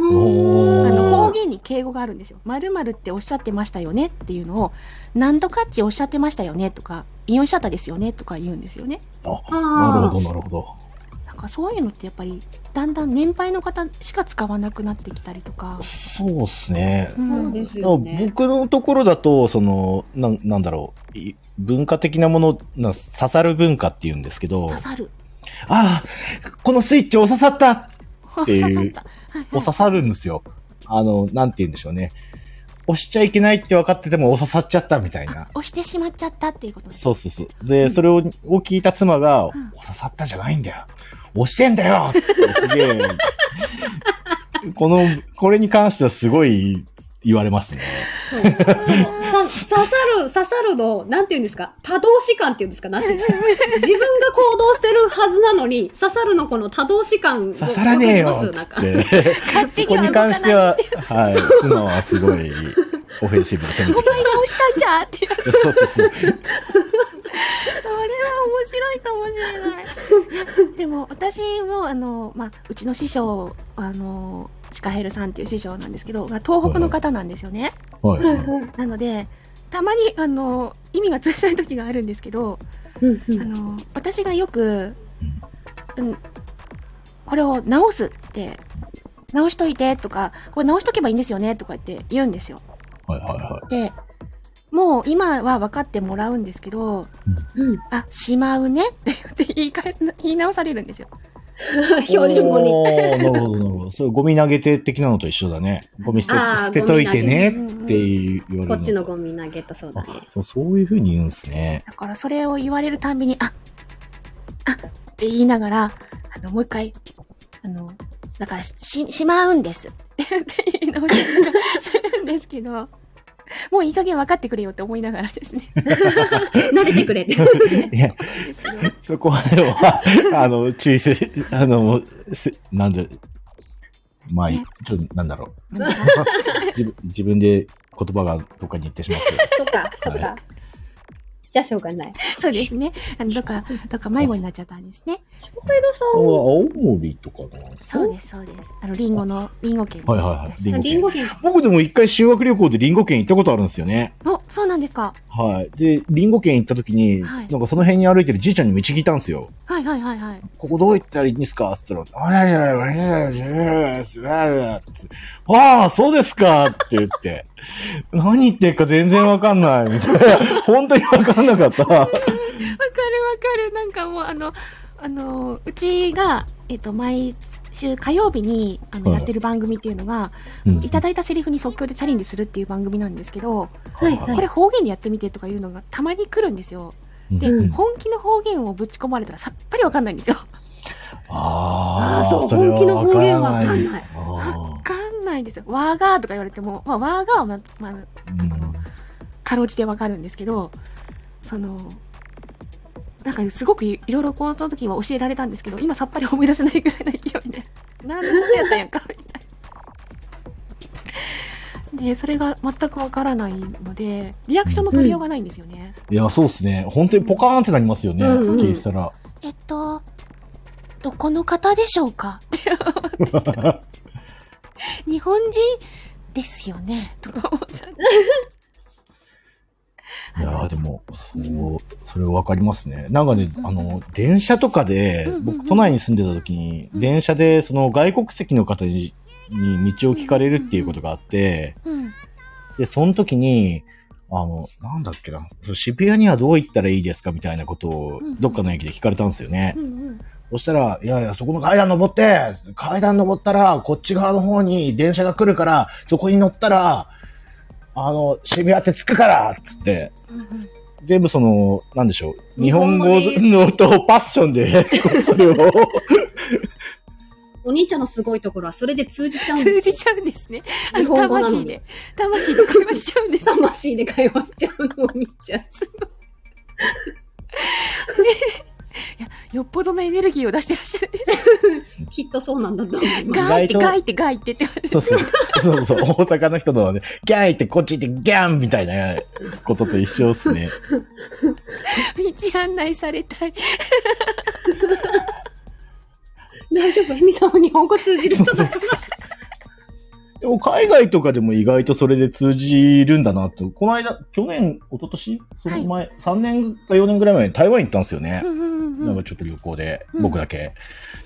S1: あ
S4: ー
S1: の方言に敬語があるんですよ。まるっておっしゃってましたよねっていうのを、なんとかっちおっしゃってましたよねとか、イオンシャッターですよねとか言うんですよね。
S4: なる
S2: あ
S4: ほど、なるほど。
S1: なんかそういうのってやっぱりだんだん年配の方しか使わなくなってきたりとか。
S4: そうですね。
S1: う
S2: ーそうんで
S1: う
S2: すよね。
S4: 僕のところだと、その、なんなんだろう、い文化的なもの、な刺さる文化って言うんですけど、
S1: 刺さる。
S4: ああ、このスイッチを刺さったって
S1: 刺
S4: いう
S1: さった。はい
S4: を刺さるんですよ。あの、なんて言うんでしょうね。押しちゃいけないって分かってても、お刺さっちゃったみたい
S1: はいあ
S4: な。
S1: 押してしまっちゃったっていうことです。
S4: そうそうそう。で、それをを聞いた妻が、お
S1: ん
S4: 刺さったじゃないんだよ。押してんだよってすげ え。この、これに関してはすごい言われますね。
S2: そうでもさ刺さる、刺さるの、なんて言うんですか多動詞感って言うんですかなん て言うんですか自分が行動してるはずなのに、刺さるのこの多動詞感を
S4: 刺さらねえ
S2: わかります
S4: よっつっ
S2: なんか
S4: て。
S1: 勝手に
S4: そこ
S1: は
S4: に
S1: 動か
S4: 関
S1: ない
S4: しては、はい、妻はすごいオフェンシブに攻めてき
S1: お前が押したじゃんっていう。
S4: ます。そうそう そう。
S1: それは面白いかもしれない。でも私もあの、まあ、うちの師匠あのシカヘルさんっていう師匠なんですけどが東北の方なんですよね。
S4: はいはい。
S1: なのでたまにあの意味が通じない時があるんですけど
S2: うんう
S1: あ
S2: ん
S1: の私がよく、うん、これを直すって直しといてとかこれ直しとけばいいんですよねとかって言うんですよ。
S4: はいは
S1: でもう今は分かってもらうんですけど
S2: うん
S1: あ、しまうねって 言って言い換え、言い直されるんですよ。
S2: 標準語に。
S4: おーなるほど、なるほど。それゴミ投げて的なのと一緒だね。ゴミ捨て
S2: あー
S4: 捨てといてねって
S1: うん
S4: 言われる。
S2: こっちのゴミ投げとそうだ
S4: あ
S2: ね。
S4: そうそういうふうに言うんですね。
S1: だからそれを言われるたんびに、あ、あって言いながら、あの、もう一回、あの、だからし、しまうんです って言い直したりとかするんですけど、もういい加減分かってくれよって思いながらですね。
S2: 慣れてくれって。
S4: いや、
S1: ですけど
S4: そこは、 あの、注意せ、あの、せなんで、まあいい、ちょっと、なんだろう。
S1: なんか
S4: 自分自分で言葉がどっかに行ってしまって。
S2: そっか、そっ
S4: は
S2: か。じゃあしょうがない。
S1: そうですね。あの、とか、とか迷子になっちゃったんですね。
S2: 翔平郎さ
S4: あ青森とかな
S1: そうです、そうです。あの、リンゴの、リンゴ県に
S4: はいはいはい
S1: らっしゃ
S4: リ
S1: る
S2: ん、
S4: ゴ
S2: リンゴ県。
S4: 僕でも一回修学旅行でリンゴ県行ったことあるんですよね。
S1: お、そうなんですか。
S4: はい。で、リンゴ県行った時に、
S1: はい
S4: なんかその辺に歩いてるじいちゃんに道聞いたんですよ。
S1: はいはいはいはい。
S4: ここどう行ったらいいんですかって言ったら、あららららららららってああ、そうですかって言って、何言ってんか全然わかんない。みたいな。本当にわかんなかった。
S1: わかるわかる。なんかもうあの、あの、うちが、えっと、毎週火曜日にあの
S4: はい
S1: やってる番組っていうのが、
S4: うん
S1: いただいたセリフに即興でチャレンジするっていう番組なんですけど、
S2: はいは
S1: こ
S2: い。
S1: れ方言でやってみてとかいうのがたまに来るんですよ。で、
S4: うん
S1: 本気の方言をぶち込まれたらさっぱりわかんないんですよ。
S2: あ
S4: ああ、
S2: ーそう
S4: それは
S2: 本気の方言は
S4: わか
S2: わ
S4: ら
S2: かんない
S4: あ
S1: わかんないんですよ。わーがーとか言われても、まあ、わーがーはま、まあ、
S4: ーうん
S1: かろうじてわかるんですけどそのなんかすごくいいろいろこの時は教えられたんですけど今さっぱり思い出せない ぐらいの勢いで何のことやったんやんかみたいでそれが全くわからないのでリアクションの取りようがないんですよね、
S4: いや、そうですね。本当にポカーンってなりますよね。
S2: うん
S4: 聞いてたら。
S5: えっと、どこの方でしょうか
S1: 日本人ですよねとか思っちゃう
S4: いやーでも、そう、それ分かりますね。なんかね、あの、電車とかで
S1: うんうんう、ん
S4: 僕、都内に住んでた時に、電車で、その、外国籍の方に、に道を聞かれるっていうことがあって、
S1: うん
S4: で、その時に、あの、なんだっけな、渋谷にはどう行ったらいいですかみたいなことを
S1: うんうん、
S4: どっかの駅で聞かれたんですよね
S1: う。ん
S4: そしたら、いやいや、そこの階段登って、階段登ったら、こっち側の方に電車が来るから、そこに乗ったら、あの、渋谷って着くからっつって、
S1: うんうん
S4: 全部その、なんでしょう。日
S2: 日本
S4: 本語
S2: 語
S4: のとパッションで、そ れを。
S2: お兄ちゃんのすごいところはそれで通じちゃうん
S1: 通
S2: で
S1: じ
S2: すよ。
S1: ちゃうんですねあ
S2: 日
S1: の
S2: 本語なの
S1: 魂
S2: に
S1: で。魂で会話しちゃうんですね
S2: 魂で会話しちゃうの、お兄ちゃん。
S1: よっぽどのエネルギーを出してらっしゃるんですね
S2: きっとそうなんだと思います。
S1: ガイって
S4: 意外と
S1: ガイってガイってって感じです
S4: そうそう。そうそう。大阪の人のね、ギャーイってこっち行ってギャンみたいなことと一緒っす ね。
S1: 道案内されたい
S2: 大丈夫エミさんは日本語通じる人だから。
S4: でも海外とかでも意外とそれで通じるんだなと。この間、去年、一昨年その前、3年か4年ぐらい前に台湾行ったんですよね。なんかちょっと旅行で、
S1: うん
S4: 僕だけ。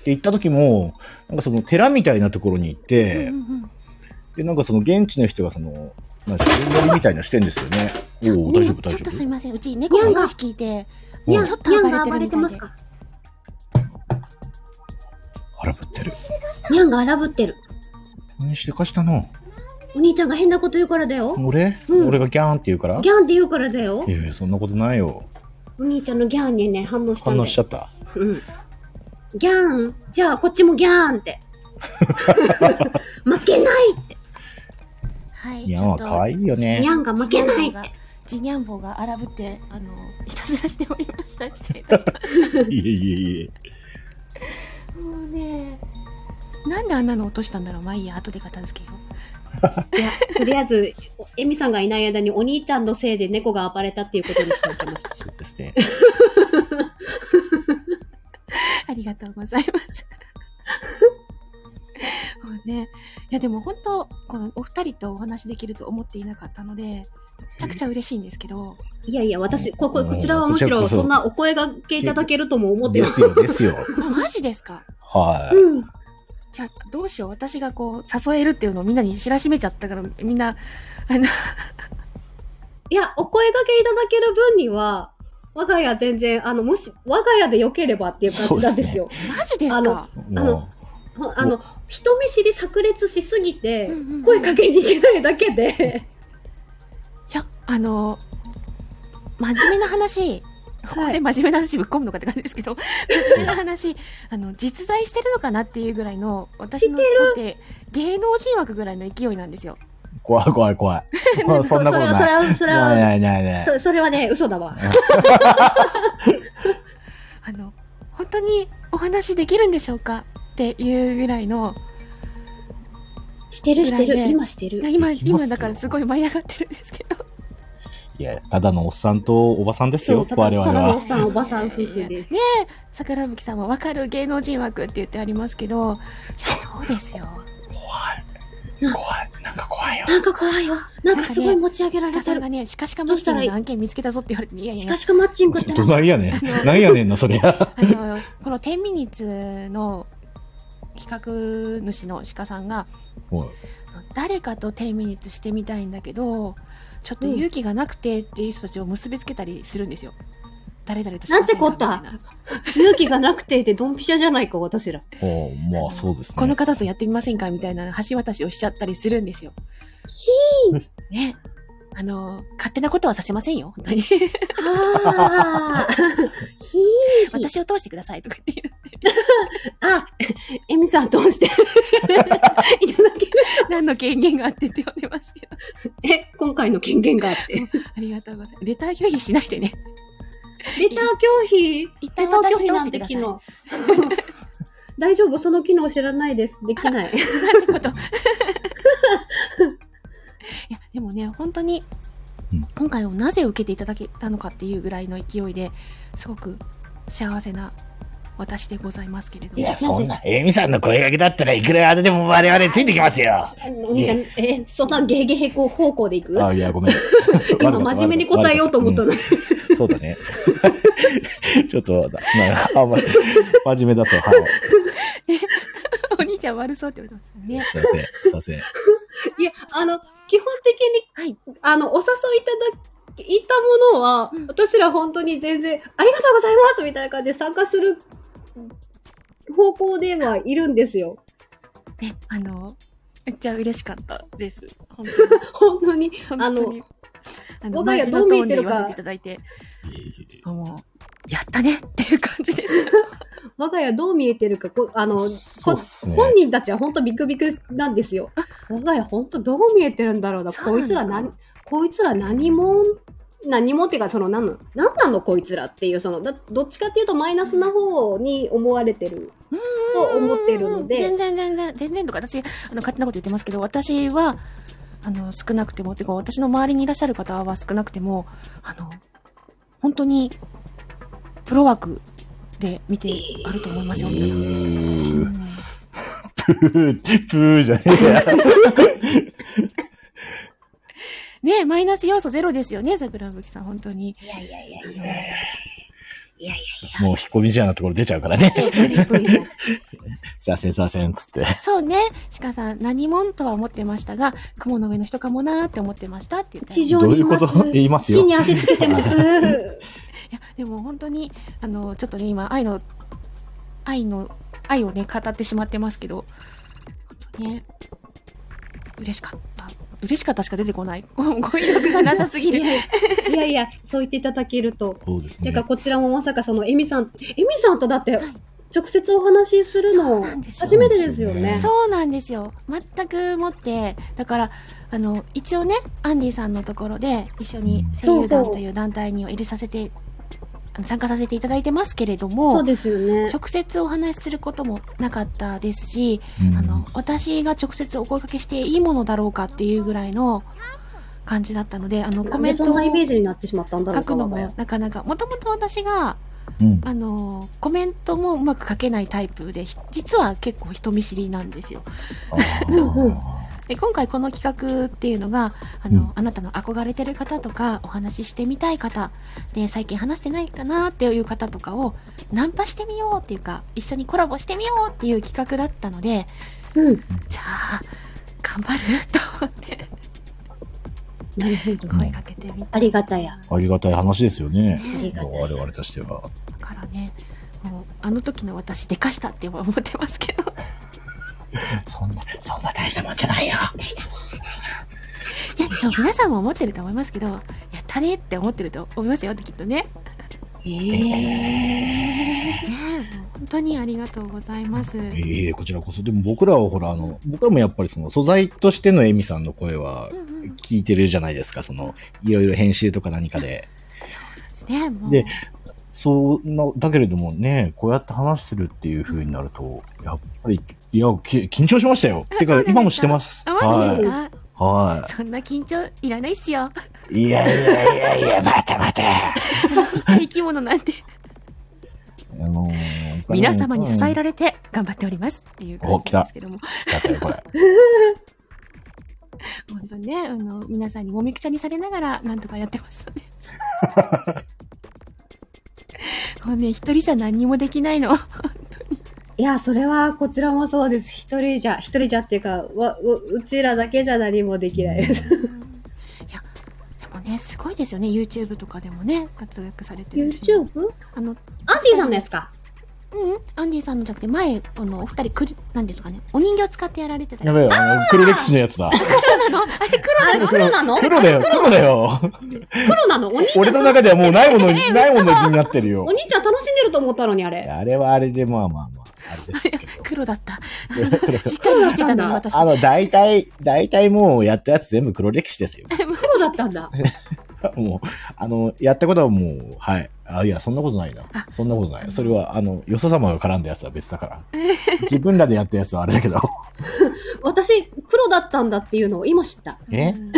S4: で、行った時も、なんかその寺みたいなところに行って、
S1: うんうんうん
S4: で、なんかその現地の人がその、なんか自分みたいなしてんですよね。おお、大丈夫、
S5: ち
S4: 大丈
S5: ょっとすい
S4: 夫。
S5: ません。うち猫の
S2: ニャンが
S5: 話聞いて、
S4: うん
S5: ちょっと暴れてるみたいで。
S2: か
S4: 腹ぶってる。
S2: ニャンが荒ぶってる。
S4: 何してかしたの
S2: お兄ちゃんが変なこと言うからだよ。
S4: 俺、
S2: うん
S4: 俺がギャーンって言うから
S2: ギャンって言うからだよ
S4: い。やいや、そんなことないよ。
S2: お兄ちゃんのギャンにね、反応したん
S4: 反
S2: だ
S4: 応
S2: よ。
S4: しちゃった。
S2: うん。ギャンじゃあこっちもギャン って。負けない
S1: はい
S4: いやー、
S1: ちょっと
S4: 可愛いよ
S2: ニ
S4: ね。
S2: ャンが負けないって。
S1: ジニャンボが荒ぶってあのいたずらしておりました失礼いたしまし
S4: いえいえいえ。
S1: たもうねなんであんなの落としたんだろうまあいいや後で片付けよ
S2: いや、とりあえず、エミさんがいない間にお兄ちゃんのせいで猫が暴れたっていうことにしておきました。
S4: そうですね。
S1: うありがとうございますもうねいやでも本当このお二人とお話できると思っていなかったのでめちゃくちゃ嬉しいんですけど
S2: いやいや、私、こ、こ、
S4: うん
S2: こちらはむし
S4: こ
S2: ろ、
S4: ちらこそ
S2: そんなお声がけいただけるとも思って
S4: で
S2: ます。
S4: すよ、ですよ。
S1: あマジですか
S4: はい。
S2: うん。
S1: いやどうしよう私がこう誘えるっていうのをみんなに知らしめちゃったからみんなあの
S2: いや、お声掛けいただける分には、我が家全然、あの、もし、我が家で良ければっていう感じなんですよ。
S1: マジですか
S2: あのあの
S4: も
S2: ほあの、人見知り炸裂しすぎて
S1: うんうんうん、
S2: 声かけに行けないだけで、
S1: いや、あの、真面目な話、ここで真面目な話ぶっ込むのかって感じですけど、真面目な話、あの、実在してるのかなっていうぐらいの、私のとって芸能人枠ぐらいの勢いなんですよ。
S4: う怖い怖い怖い。 そそんなこ と
S2: それ
S4: ない。
S2: は、それ
S4: ない
S2: は、
S4: ないないない
S2: そ。れは、そそれはね、嘘だわ。
S1: あの、本当にお話できるんでしょうかっていうぐらいの、
S2: してる、して
S1: ぐ
S2: る
S1: らい、で
S2: 今して
S1: い
S2: る
S1: や。今、
S4: できますよ
S1: 今だからすごい舞い上がってるんですけど。
S4: いや、ただのおっさんとおばさんです
S2: そ
S4: よ
S2: う、、ただ
S4: 我々
S2: ただのお
S4: は。
S2: っさん、おばさん夫婦です。
S1: ねえ、桜吹さんもわかる芸能人枠って言ってありますけど、いやそうですよ。
S4: 怖い。怖い。なんか怖いよ。
S2: なんか怖いよ。なんかすごい持ち上げられ
S1: 鹿
S2: て
S1: さん
S2: る
S1: が。ね、鹿鹿マッチングの案件見つけたぞって言われて、いやいやい
S2: し
S1: や
S2: か、しかマッチングって
S4: どないやねん。なんやねんな、そりゃ。
S1: あのこの10ミニッツの企画主の鹿さんが
S4: もう
S1: 誰かと10ミニッツしてみたいんだけどちょっと勇気がなくてっていう人たちを結びつけたりするんですよ。誰々としませんかみたい
S2: なんて勇気がなくていてドンピシャじゃないか、私ら。
S4: もう、まあ、そうですね。
S1: この方とやってみませんかみたいな橋渡しをしちゃったりするんですよ。ね。あの勝手なことはさせませんよ本当に
S2: あー ひー
S1: 私を通してくださいとかっていう
S2: あ、エミさん通 して。いただける。
S1: 何の権限があってって言われますけど
S2: え、今回の権限があって。レ
S1: ありがとうございますレター拒否しないでね
S2: ター拒否。
S1: 一
S2: レ
S1: 旦
S2: ター
S1: 私
S2: 拒
S1: 通
S2: 否な
S1: してく
S2: んて
S1: だ
S2: 機
S1: さい
S2: 能。 大丈夫そ の機能知らないです。できない。
S1: なんてこと。いでもね本当に
S4: うん
S1: 今回をなぜ受けていただけたのかっていうぐらいの勢いですごく幸せな私でございますけれども
S6: いや、そんな、エミさんの声掛けだったらいくらあれでも我々ついてきますよ。
S2: お兄ちゃん、え、そんなゲゲヘコ方向でいく
S4: あ、いや、ごめん。
S2: 今真面目に答えようと思ったの。
S4: うんそうだね。 ちょっと、なあんまり、真面目だと、はい。
S1: お兄ちゃん悪そうって言われてますね
S4: すいません、すいません。
S2: いや、あの、基本的に、あの、お誘いいただいたものは、
S1: うん
S2: 私ら本当に全然、ありがとうございますみたいな感じで参加する方向ではいるんですよ。
S1: ねあのめっちゃ嬉しかったです本
S2: 本当に。
S1: 当に本当にあ
S2: 我が家
S1: マジの
S2: どう見えてる
S1: トーンで言
S2: か
S1: わせていただいてもうやったねっていう感じです
S2: 我が家どう見えてるか、こあの、
S4: そうっすね。
S2: 本人たちは本当ビクビクなんですよ。我が家本当どう見えてるんだろうな。
S1: そう
S2: こ
S1: ないん
S2: つ
S1: です
S2: ら
S1: か
S2: 何、こいつら何も、何もっていうか、その、何の、何なのこいつらっていう、その、だどっちかっていうとマイナスな方に思われてる、と思ってるの
S1: うん
S2: で
S1: 全、然全然全然とか私あの勝手なこと言ってますけど私はあの少なくてもてか私の周りにいらっしゃる方は少なくてもあの本当にプロ枠で見てあると思いますよ、皆さん。うん
S4: プー、プーじゃねえや。
S1: ねえマイナス要素ゼロですよね、桜吹さん、本当に。
S2: いやいやいやいや。いやい
S4: もう、引っ込みじゃなところ出ちゃうからね。
S2: や、そうですね
S4: すいません、すいません、つって。
S1: そうね、鹿さん、何もんとは思ってましたが、雲の上の人かもなーって思ってましたって言って
S2: 地
S4: ど
S2: 上
S4: う
S2: に
S4: い
S2: いうま
S4: こ
S2: す。
S4: と言います
S2: 地
S4: よ。
S2: に足つけてます。
S1: いやでも本当にあのちょっとね今愛の愛の愛をね語ってしまってますけど本当にね嬉しかった嬉しかったしか出てこない ご語彙力がなさすぎ
S2: い
S1: る
S2: やいやいや、そう言っていただけると。
S4: そうです
S2: て
S4: ね。
S2: かこちらもまさかそのエミさん、エミさんとだって直接お話しする
S1: そう
S2: の
S1: なんですよ
S2: 初めてですよね。
S1: そうなんですよ全くもってだからあの一応ねアンディさんのところで一緒に声優団という団体に入れさせてあの参加させていただいてますけれど
S2: そ
S1: も
S2: うですよね。
S1: 直接お話しすることもなかったですし、
S4: うん
S1: あの、私が直接お声かけしていいものだろうかっていうぐらいの感じだったので、あの、コ
S2: コ
S1: メ
S2: メ
S1: ン
S2: ン
S1: ト
S2: ト
S1: を
S2: そんなイメージになってしまったんだろ
S1: 書
S2: うか
S1: くのも
S2: 我が
S1: なかなか、もともと私が、
S4: うん。
S1: あの、コメントもうまく書けないタイプで、ひ実は結構人見知りなんですよ。
S4: あー
S1: で、今回この企画っていうのが、あの、
S4: うん
S1: あなたの憧れてる方とか、お話ししてみたい方、で、最近話してないかなっていう方とかを、ナンパしてみようっていうか、一緒にコラボしてみようっていう企画だったので、
S2: 家うん。
S1: じゃあ、頑張ると思って。
S2: なるほど。
S1: 声かけてみた
S2: ありがたや。
S4: ありがたい話ですよね。
S2: ありがた
S4: 我
S2: や。
S4: 々としては。
S1: からねもうあの時の私でかしたって思ってますけど
S4: そんな、そんな大したもんじゃないよ。
S1: いやでも皆さんも思ってると思いますけどやったねって思ってると思いますよきっとね
S2: え
S1: ねえもう本当にありがとうございます
S4: ええこちらこそ。でも僕らはほら、あの、僕らもやっぱりその素材としてのエミさんの声は
S1: うんうんで
S4: 聞いてるじゃないですか。その、いろいろ編集とか何かで。
S1: すねもう
S4: でそうな、だけれどもね、こうやって話するっていう風になると、やっぱり、いや、き緊張しましたよ。
S1: そ
S4: て
S1: うなん、
S4: か
S1: ですか
S4: 今もしてます。
S1: あマジですか、
S4: かは
S1: そんな緊張いらないっすよ
S6: いやいやいやいや、またまた。
S1: あのちっちゃい生き物なんで
S4: い。あのー
S1: 皆様に支えられて頑張っておりますっていう感じなんですけども
S4: だったよ、 これ。
S1: 本当にねあの皆さんにもみくちゃにされながらなんとかやってます ねもうね一人じゃ何にもできないの
S2: いや、それはこちらもそうです。一人じゃ、一人じゃっていうか、わううちらだけじゃ何もできないです。
S1: いやでもねすごいですよね YouTube とかでもね活躍されてるし
S2: YouTube?
S1: あの
S2: アンディさんのやつか。
S1: うんアンディさんのじゃなくて前あのお二人くるなんですかねお人形使ってやられてた
S4: やべえ、あの、黒歴史のやつだ。
S1: 黒なのあれ黒
S2: あれ、黒なの
S4: 黒だよ、黒だよ。
S2: 黒なのお兄ちゃん
S4: 俺の中じゃもうないものに、ないものになってるよ
S2: お。兄ちゃん楽しんでると思ったのに、あ
S4: い
S2: れ。
S4: やあれはあれで、まあまあまあ、あれですけど。
S1: 黒だったしっかり見てたのに私
S4: あの、大体、大体もうやったやつ全部黒歴史ですよ。
S2: 黒だったんだ。
S4: もう、あの、やったことはもう、はい。あ、いや、そんなことないな
S1: あ。
S4: そんなことない。それは、あの、よそ様が絡んだやつは別だから。自分らでやったやつはあれだけど。
S2: 私、黒ロだったんだっていうのを今知った。
S4: え
S1: うん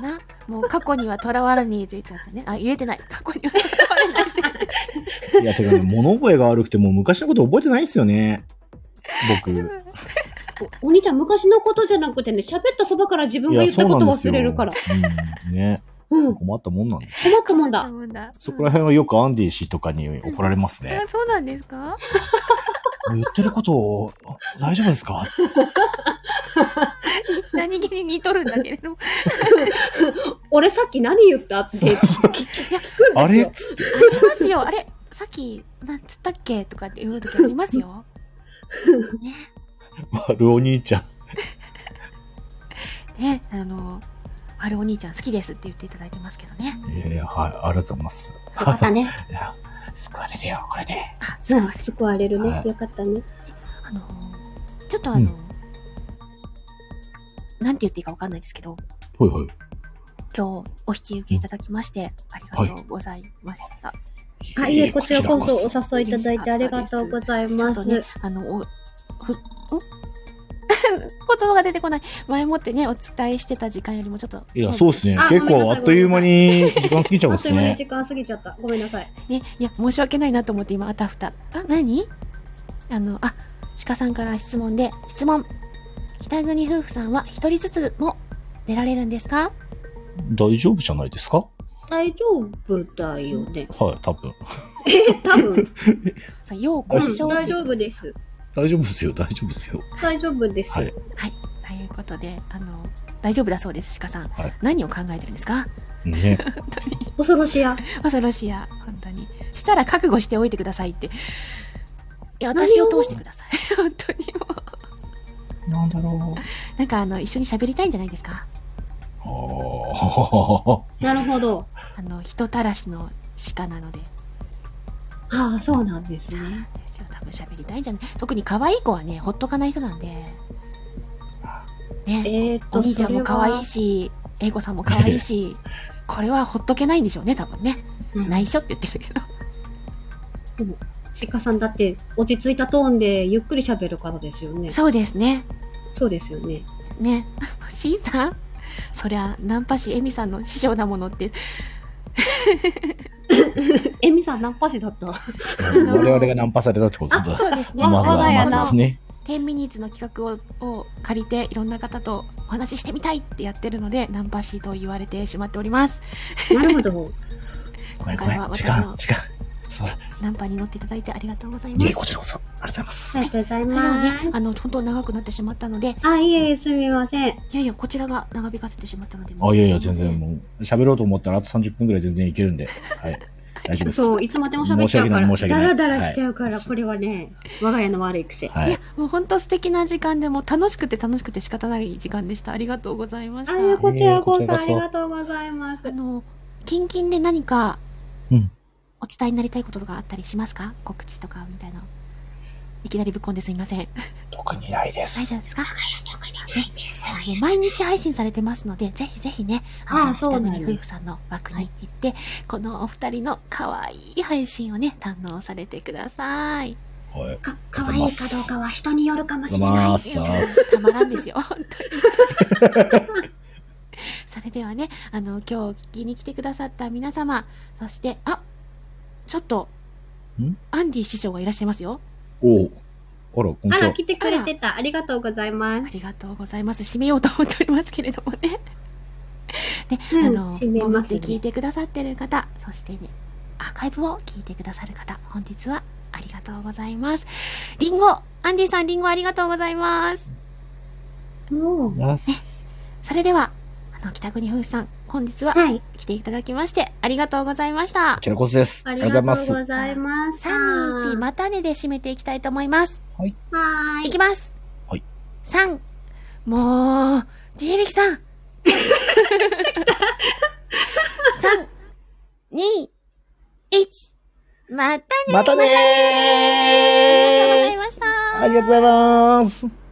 S1: なもう過去にはとらわれにえていたやつね。あ、言えてない。過去にはとらわれない自分
S4: いや、てかね、物覚えが悪くてもう昔のこと覚えてないんですよね。僕。
S2: お兄ちゃん、昔のことじゃなくてね、喋ったそばから自分
S4: い
S2: が
S4: や、
S2: 言った
S4: そう
S2: こと
S4: なんです
S2: 忘
S4: よ。
S2: れるから。
S4: うん、ね。
S2: うん。困
S4: 困ったもんなんです。
S2: ったもんだ。
S1: なんだ。
S4: そこら辺はよくアンディ氏とかに怒られますね
S1: あ。そうなんですか
S4: 言ってることを、大丈夫ですか
S1: 何気に似とるんだけれども。
S2: 俺さっき何言ったって聞くんですよ。
S4: あれ
S1: ありますよ。あれさっき、なんつったっけとかって言う時ありますよ。
S4: 悪お兄ちゃん。
S1: ね、あの、あれお兄ちゃん好きですって言っていただいてますけどね。
S4: えー、はい、ありがとうございます。
S2: またね。
S4: いや救われるよ、これで。
S1: あ、す
S2: う
S1: ごい
S2: ん。救われるね
S4: は。い
S2: よかったね。
S1: あの、ちょっとあの、
S4: う
S1: なんて言っていいかわかんないですけど、
S4: ほいほい。
S1: 今日お引き受けいただきまして、ありがとうございました。
S2: あ、いえ、こちらこそ
S4: こちらこ
S2: お誘いいただいてありがとうござい
S1: ちょ
S2: ま
S1: っ
S2: す。
S1: とね、あの、お、 ふ、ん言葉が出てこない。前もってね、お伝えしてた時間よりもちょっと。
S4: いや、そうですね
S2: あ。
S4: 結
S2: ごめん
S4: 構
S2: な
S4: あ
S2: さい
S4: っという間に時間過ぎちゃうん
S2: あっ
S4: で
S2: という
S4: す
S2: 間に
S4: ね。
S2: 時間過ぎちゃった。ごめんなさい。
S1: ね、いや、申し訳ないなと思って今、あたふた。あ、何あの、あ、鹿さんから質問で、質問。北国夫婦さんは一人ずつも出られるんですか
S4: 大丈夫じゃないですか
S2: 大丈夫だよね。
S4: はい、多分。
S2: え、多分。
S1: さあ、よう
S2: う
S1: ご
S2: ん
S1: 視聴。
S2: 大丈夫です。
S4: 大丈夫ですよ、大丈夫ですよ。
S2: 大丈夫です。
S4: はい。
S1: はい。ということで、あの、大丈夫だそうです、鹿さん。
S4: はい
S1: 何を考えてるんです か
S4: ね。
S2: 恐ろしや。
S1: 恐ろしいや、本当に。したら覚悟しておいてくださいって。いや、
S2: 何を
S1: 私を通してください。本当にもう。
S4: なんだろ
S1: なんか、あの、一緒に喋りたいんじゃないですか
S4: う。 あ
S2: なるほど。
S1: あの、人たらしの鹿なので。
S2: ああ、そうなんですね。
S1: ですよ多分喋りたいんじゃない特に可愛い子はねほっとかない人なんでね
S2: えーっと、
S1: お兄ちゃんも可愛い
S2: そ
S1: し英子さんも可愛いしこれはほっとけないんでしょうね多分ね
S2: れは。
S1: 内緒って言ってるけど
S2: シカさんだって落ち着いたトーンでゆっくり喋る方ですよね。
S1: そうですね
S2: そうですよね。
S1: ね C さんそりゃナンパ師エミさんの師匠なものって
S2: エミさんナンパ師だった。
S4: あ。我々がナンパされたってことだ。
S1: あそうですね
S2: あ
S4: まず
S2: 我が家
S4: は、
S2: の
S4: まずですね。
S1: 10ミニッツの企画をを借りていろんな方とお話ししてみたいってやってるのでナンパ師と言われてしまっております
S2: なるほど。
S4: ごめんご
S1: 今
S4: め
S1: 回は
S4: ん。時
S1: 私の
S4: 間、時間。そうだ。
S1: ナンパに乗っていただいてありがとうございま
S4: い
S1: す
S4: え、こちらこそ。ありがとうございます。
S2: ありがとうござい
S1: それ では
S2: ま
S1: ね
S2: す。
S1: あの本当長くなってしまったので
S2: あ、いえいえ、すみません。
S1: いやいや、こちらが長引かせてしまったので。
S4: あ、いやいや、全然もう、喋ろうと思ったらあと30分ぐらい全然いけるんで、はい。大丈夫です。
S2: そう、いつまでも喋っちゃうから、ダ
S4: 申し訳ない申
S2: ラ
S4: し訳ない
S2: ダラしちゃうから、
S4: はい
S2: これはね、我が家の悪い癖。
S4: はいい
S1: や。、もう本当素敵な時間で、もう楽しくて楽しくて仕方ない時間でした。ありがとうございました。
S2: あ、こちらこ
S4: えーこち
S2: そ
S4: ら
S2: あ
S4: こそ
S2: りがとうございます
S1: あ。の、キンキンで何か、
S4: うん
S1: お伝えになりたいこととかあったりしますか告知とかみたいな。いきなりぶっこんですいません。
S4: 特にないで
S1: 大
S4: す。
S1: 丈夫ですかはいもう毎日配信されてますので、ぜひぜひね、
S2: あ
S1: あの、
S2: あそうな
S1: 北
S2: んです
S1: 国夫婦さんの枠に行って、このお二人の可愛い配信をね、堪能されてください。
S4: はい。
S2: か、可愛いかどうかは人によるかもしれない。
S4: ま
S1: い
S4: す。
S1: や
S4: さ
S1: も
S4: あ
S1: うたまらん ですよ、本当に。それではね、あの、今日聞きに来てくださった皆様、そして、あちょっと
S4: ん、
S1: アンディ師匠がいらっしゃいますよ。
S4: おうあら、こんに
S2: あ
S4: ち
S2: ら、
S4: は。
S2: 来てくれてた。ありがとうございま
S1: あ
S2: す。
S1: りがとうございます。締めようと思っておりますけれどもね。ね、
S2: うん
S1: あの、
S2: 締め
S1: 潜
S2: ま
S1: っ
S2: す
S1: て
S2: ね
S1: 聞いてくださってる方、そしてね、アーカイブを聞いてくださる方、本日はありがとうございます。リンゴ、アンディさんリンゴありがとうございます。
S2: もう、
S4: やっす
S1: それでは、あの、北国夫婦さん、本日は
S2: はい。
S1: 来ていただきまして、ありがとうございました
S4: こ。ちらこそです。
S2: あ
S4: あり
S2: り
S4: がと
S2: がと
S4: う
S2: う
S4: ございます。
S2: ございました。
S1: 3、2、1、またねで締めていきたいと思います。
S2: はいーい
S1: き。ます。
S4: はい。
S1: 3、もう、地響きさん。3、2、1、またね
S4: またね
S1: ありがとうござ
S4: ー
S1: いました。
S4: ありがとうございます。